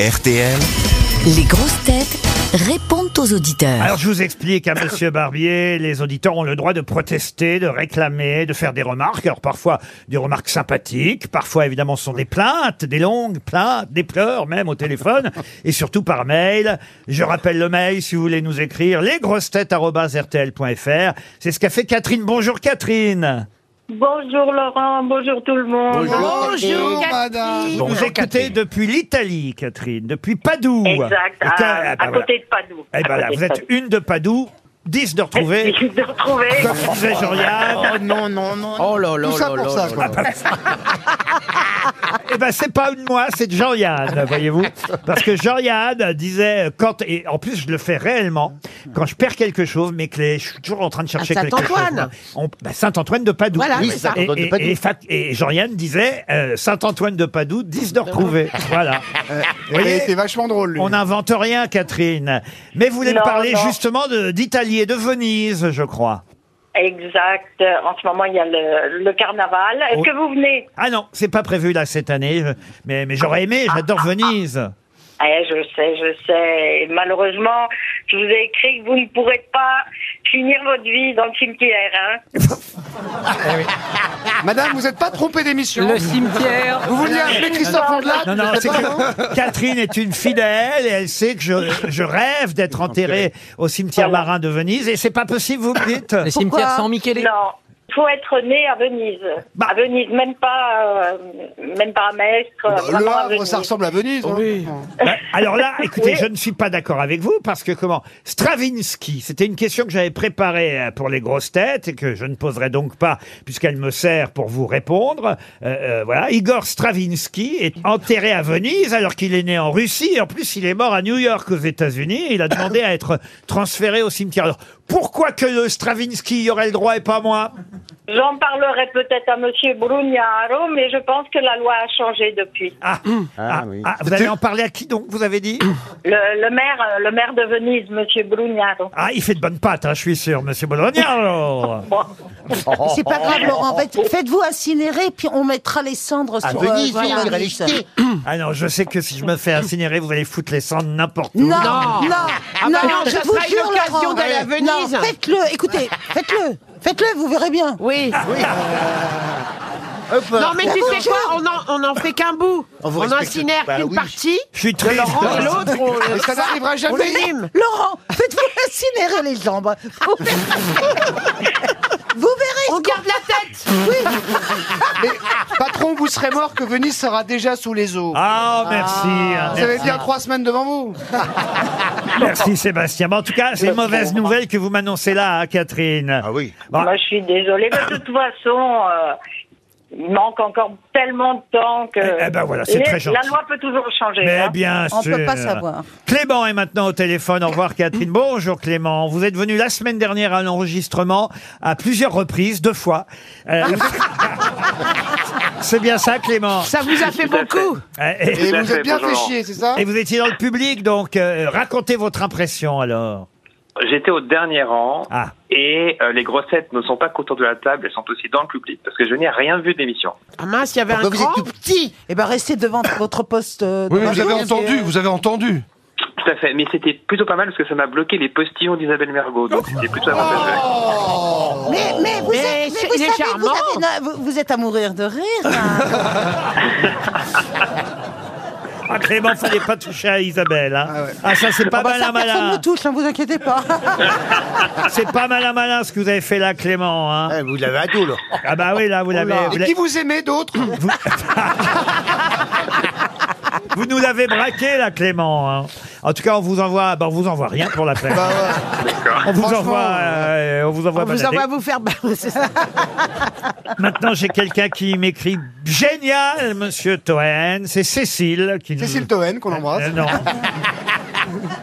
RTL. Les grosses têtes répondent aux auditeurs. Alors je vous explique à Monsieur Barbier, les auditeurs ont le droit de protester, de réclamer, de faire des remarques. Alors parfois des remarques sympathiques, parfois évidemment ce sont des plaintes, des longues plaintes, des pleurs même au téléphone et surtout par mail. Je rappelle le mail si vous voulez nous écrire lesgrossetêtes@rtl.fr. C'est ce qu'a fait Catherine. Bonjour Catherine. Bonjour Laurent, bonjour tout le monde. Bonjour, madame. Bon, vous écoutez depuis l'Italie, Catherine, depuis Padoue. Exact, Et à, qu'à- ah, à bah, voilà. côté de Padoue. Eh ben là, vous êtes une de Padoue, dix de retrouvée. Je de retrouver. Comme disait Jean-Yann. Oh non, non, non. Oh là là Tout ça là pour là ça, là quoi. là. Eh ben, c'est pas de moi, c'est de Jean-Yann, voyez-vous. Parce que Jean-Yann disait, quand, et en plus, je le fais réellement, quand je perds quelque chose, mes clés, je suis toujours en train de chercher Ah, À quelque chose. Saint-Antoine. On- bah, Saint-Antoine de Padoue. Voilà, Oui, c'est ça. Et, Saint-Antoine de et- Padoue. et fac- et Jean-Yann disait, euh, Saint-Antoine de Padoue, 10 de retrouver. Voilà. Vous Il voyez, était vachement drôle, lui. on n'invente rien, Catherine. Mais vous voulez nous Non, parler non. justement de- d'Italie et de Venise, je crois. Exact. En ce moment, il y a le, le carnaval. Est-ce Oui. que vous venez Ah non, c'est pas prévu là cette année, je- mais, mais j'aurais aimé, j'adore Venise. Eh, je sais, je sais. Et malheureusement, je vous ai écrit que vous ne pourrez pas finir votre vie dans le cimetière. Hein Madame, vous n'êtes pas trompée d'émission. Le cimetière. Vous vouliez appeler Christophe Andelade Non, non, c'est que Catherine est une fidèle et elle sait que je, je rêve d'être enterré au cimetière Voilà. marin de Venise et c'est pas possible, vous me dites. Le cimetière sans Michele. Non. Il faut être né à Venise. Bah. À Venise, même pas, euh, même pas à Mestre. Le vraiment à Havre, Venise. Bah, ça ressemble à Venise. hein. Bah, Alors là, écoutez, Oui. je ne suis pas d'accord avec vous parce que comment Stravinsky, c'était une question que j'avais préparée euh, pour les grosses têtes et que je ne poserai donc pas puisqu'elle me sert pour vous répondre. Euh, euh, voilà, Igor Stravinsky est enterré à Venise alors qu'il est né en Russie. En plus, il est mort à New York aux États-Unis. et Il a demandé à être transféré au cimetière. Alors, pourquoi que le Stravinsky y aurait le droit et pas moi J'en parlerai peut-être à Monsieur Brugnaro, mais je pense que la loi a changé depuis. Ah, ah, ah, vous allez en parler à qui donc Vous avez dit Le, le maire, euh, le maire de Venise, Monsieur Brugnaro. Ah, il fait de bonnes pattes, hein, je suis sûr, Monsieur Bolognaro. C'est pas grave, Laurent. faites- Faites-vous incinérer, puis on mettra les cendres Oh. À sur euh, Venise, sur la il niche. restait. Ah non, je sais que si je me fais incinérer, vous allez foutre les cendres n'importe où. Non, non, Non. non, bah non, ça je vous sera une jure, occasion Laurent. d'aller à Non, Venise. faites-le, écoutez, faites-le, faites-le, vous verrez bien. Oui. Euh, Hop, Non, mais tu Bonjour. sais quoi On en, on en fait qu'un bout. On vous On, respecte. incinère Bah qu'une oui. partie. Je suis triste. Laurent et l'autre, Mais on, ça n'arrivera on jamais. les lime. Laurent, faites-vous incinérer les jambes. Vous verrez, vous verrez On ce qu'on- garde la tête. Oui, Mais, patron, vous serez mort que Venise sera déjà sous les eaux. Ah, merci. hein, vous merci. avez bien trois semaines devant vous. Merci, Sébastien. Mais en tout cas, c'est une mauvaise nouvelle que vous m'annoncez là, hein, Catherine. Ah oui. Bon, Moi, je suis désolée. De toute façon, euh, il manque encore tellement de temps que. Eh- eh ben voilà, c'est Et très gentil. La loi peut toujours changer. mais hein. bien sûr. On peut pas savoir. Mm. Clément est maintenant au téléphone. Au revoir, Catherine. Bonjour, Clément. Vous êtes venu la semaine dernière à l'enregistrement à plusieurs reprises, deux fois. Euh, c'est bien ça, Clément. Ça vous a fait beaucoup. Euh, et- Et à vous fait, êtes bien bonjour, fait Laurent. chier, c'est ça Et vous étiez dans le public, donc euh, racontez votre impression alors. J'étais au dernier rang Ah. et euh, les grossettes ne sont pas qu'autour de la table, elles sont aussi dans le public parce que je n'ai rien vu de l'émission. Ah mince, il y avait un Pourquoi vous cran. êtes tout petit eh ben restez devant votre poste. euh, Oui, de mais vous avez radio, entendu, et, euh, vous avez entendu. Tout à fait, mais c'était plutôt pas mal parce que ça m'a bloqué les postillons d'Isabelle Mergot, donc c'était plutôt Oh. avantageux. Mais, mais vous Mais êtes, mais c'est- vous il est savez, vous charmant. avez- non, vous- vous êtes à mourir de rire. hein. Ah Clément, fallait pas toucher à Isabelle. hein. Ah, ça c'est pas Ah bah malin ça, personne ne malin. touche, ne hein, vous inquiétez pas. C'est pas malin malin ce que vous avez fait là Clément. hein. Ah, vous l'avez à dos, là. Ah bah oui là vous l'avez. vous Et qui l'avez- vous aimez d'autres Vous nous l'avez braqué là Clément. hein. En tout cas on vous envoie, bah, on vous envoie rien pour la peine. on vous Franchement, envoie, euh, on vous envoie. On vous balader. envoie vous faire balancer ça. Maintenant j'ai quelqu'un qui m'écrit génial Monsieur Toen. C'est Cécile qui. nous- Cécile Toen, qu'on embrasse. Euh, non.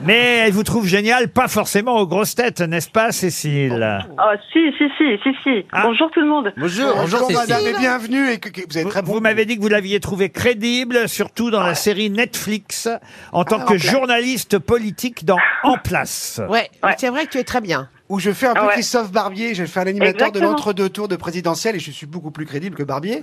Mais elle vous trouve génial, pas forcément aux grosses têtes, n'est-ce pas, Cécile Oh, si, si, si, si, si. Ah. Bonjour tout le monde. Bonjour, bonjour, madame, Cécile. et bienvenue. Et que, que- vous avez très bon. Vous m'avez dit que vous l'aviez trouvé crédible, surtout dans la série Netflix, Ah, en tant que journaliste politique dans En Place. Ouais, c'est vrai que tu es très bien. où je fais un peu Ah ouais. Christophe Barbier, je fais un animateur de Exactement. l'entre-deux tours de présidentiel et je suis beaucoup plus crédible que Barbier.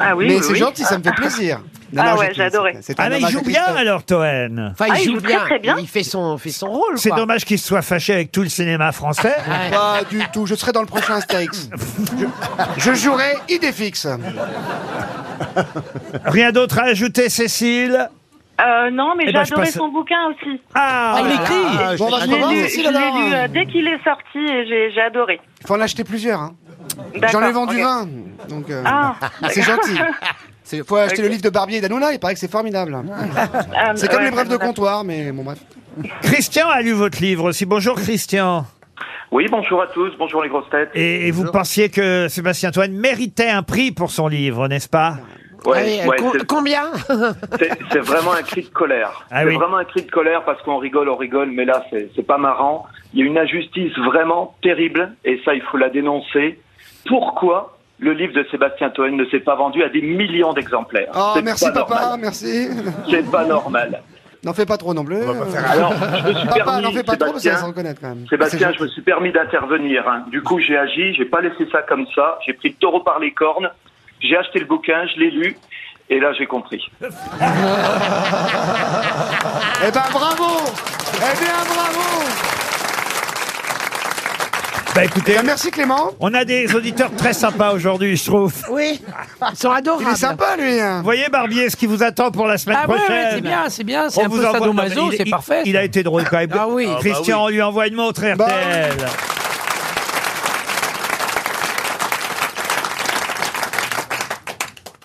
Ah oui, mais oui, c'est oui. gentil, ça me fait plaisir. Non, Ah non, ouais, je- j'ai adoré. c'est un Ah, mais il hommage à joue bien Christophe. alors, Toen. Enfin, Ah, il il joue joue très, bien. très bien. Il fait son, fait son rôle. C'est quoi. dommage qu'il se soit fâché avec tout le cinéma français. Pas du tout, je serai dans le prochain Astérix. je, je jouerai Idéfix. Rien d'autre à ajouter, Cécile Euh, non, mais Eh j'ai ben, je adoré passe- son bouquin aussi. Ah, Il écrit. Bon, on va Je se l'ai lu, revoir. je l'ai lu, euh, dès qu'il est sorti et j'ai j'ai adoré. Faut en acheter plusieurs. hein. D'accord, J'en ai vendu ok. 20. Donc, euh, Ah, c'est gentil. C'est- Faut acheter Ok. le livre de Barbier et d'Anouna, il paraît que c'est formidable. Ah, C'est comme ouais, les brefs de formidable. comptoir, mais bon, bref. Christian a lu votre livre aussi. Bonjour, Christian. Oui, bonjour à tous, bonjour les grosses têtes. Et, et vous pensiez que Sébastien Toine méritait un prix pour son livre, n'est-ce pas Ouais, Ouais, ouais, co- c'est- Ah, combien c'est c'est vraiment un cri de colère. Ah c'est oui. vraiment un cri de colère parce qu'on rigole, on rigole, mais là, c'est c'est pas marrant. Il y a une injustice vraiment terrible, et ça, il faut la dénoncer. Pourquoi le livre de Sébastien Toen ne s'est pas vendu à des millions d'exemplaires Oh, C'est merci pas papa, normal. merci. C'est pas normal. N'en fais pas trop non plus. Alors, je me suis Papa, permis, n'en fais pas trop, parce qu'elle va s'en Sébastien, reconnaître quand même. Sébastien, je me suis permis d'intervenir. hein. Du coup, j'ai agi, j'ai pas laissé ça comme ça. J'ai pris le taureau par les cornes, j'ai acheté le bouquin, je l'ai lu, et là, j'ai compris. Eh ben bravo Eh bien bravo Bah écoutez, Eh, Merci Clément on a des auditeurs très sympas aujourd'hui, je trouve. Vous Oui. Ils sont adorables. Il est sympa lui hein. voyez, Barbier, ce qui vous attend pour la semaine Ah ouais, ouais, prochaine. c'est bien, c'est bien, Hein, c'est On un vous peu envoie- Non, sadomaso, mais il- c'est il- parfait. Il a été drôle quand même. Ah oui. Christian, on lui envoie une montre RTL.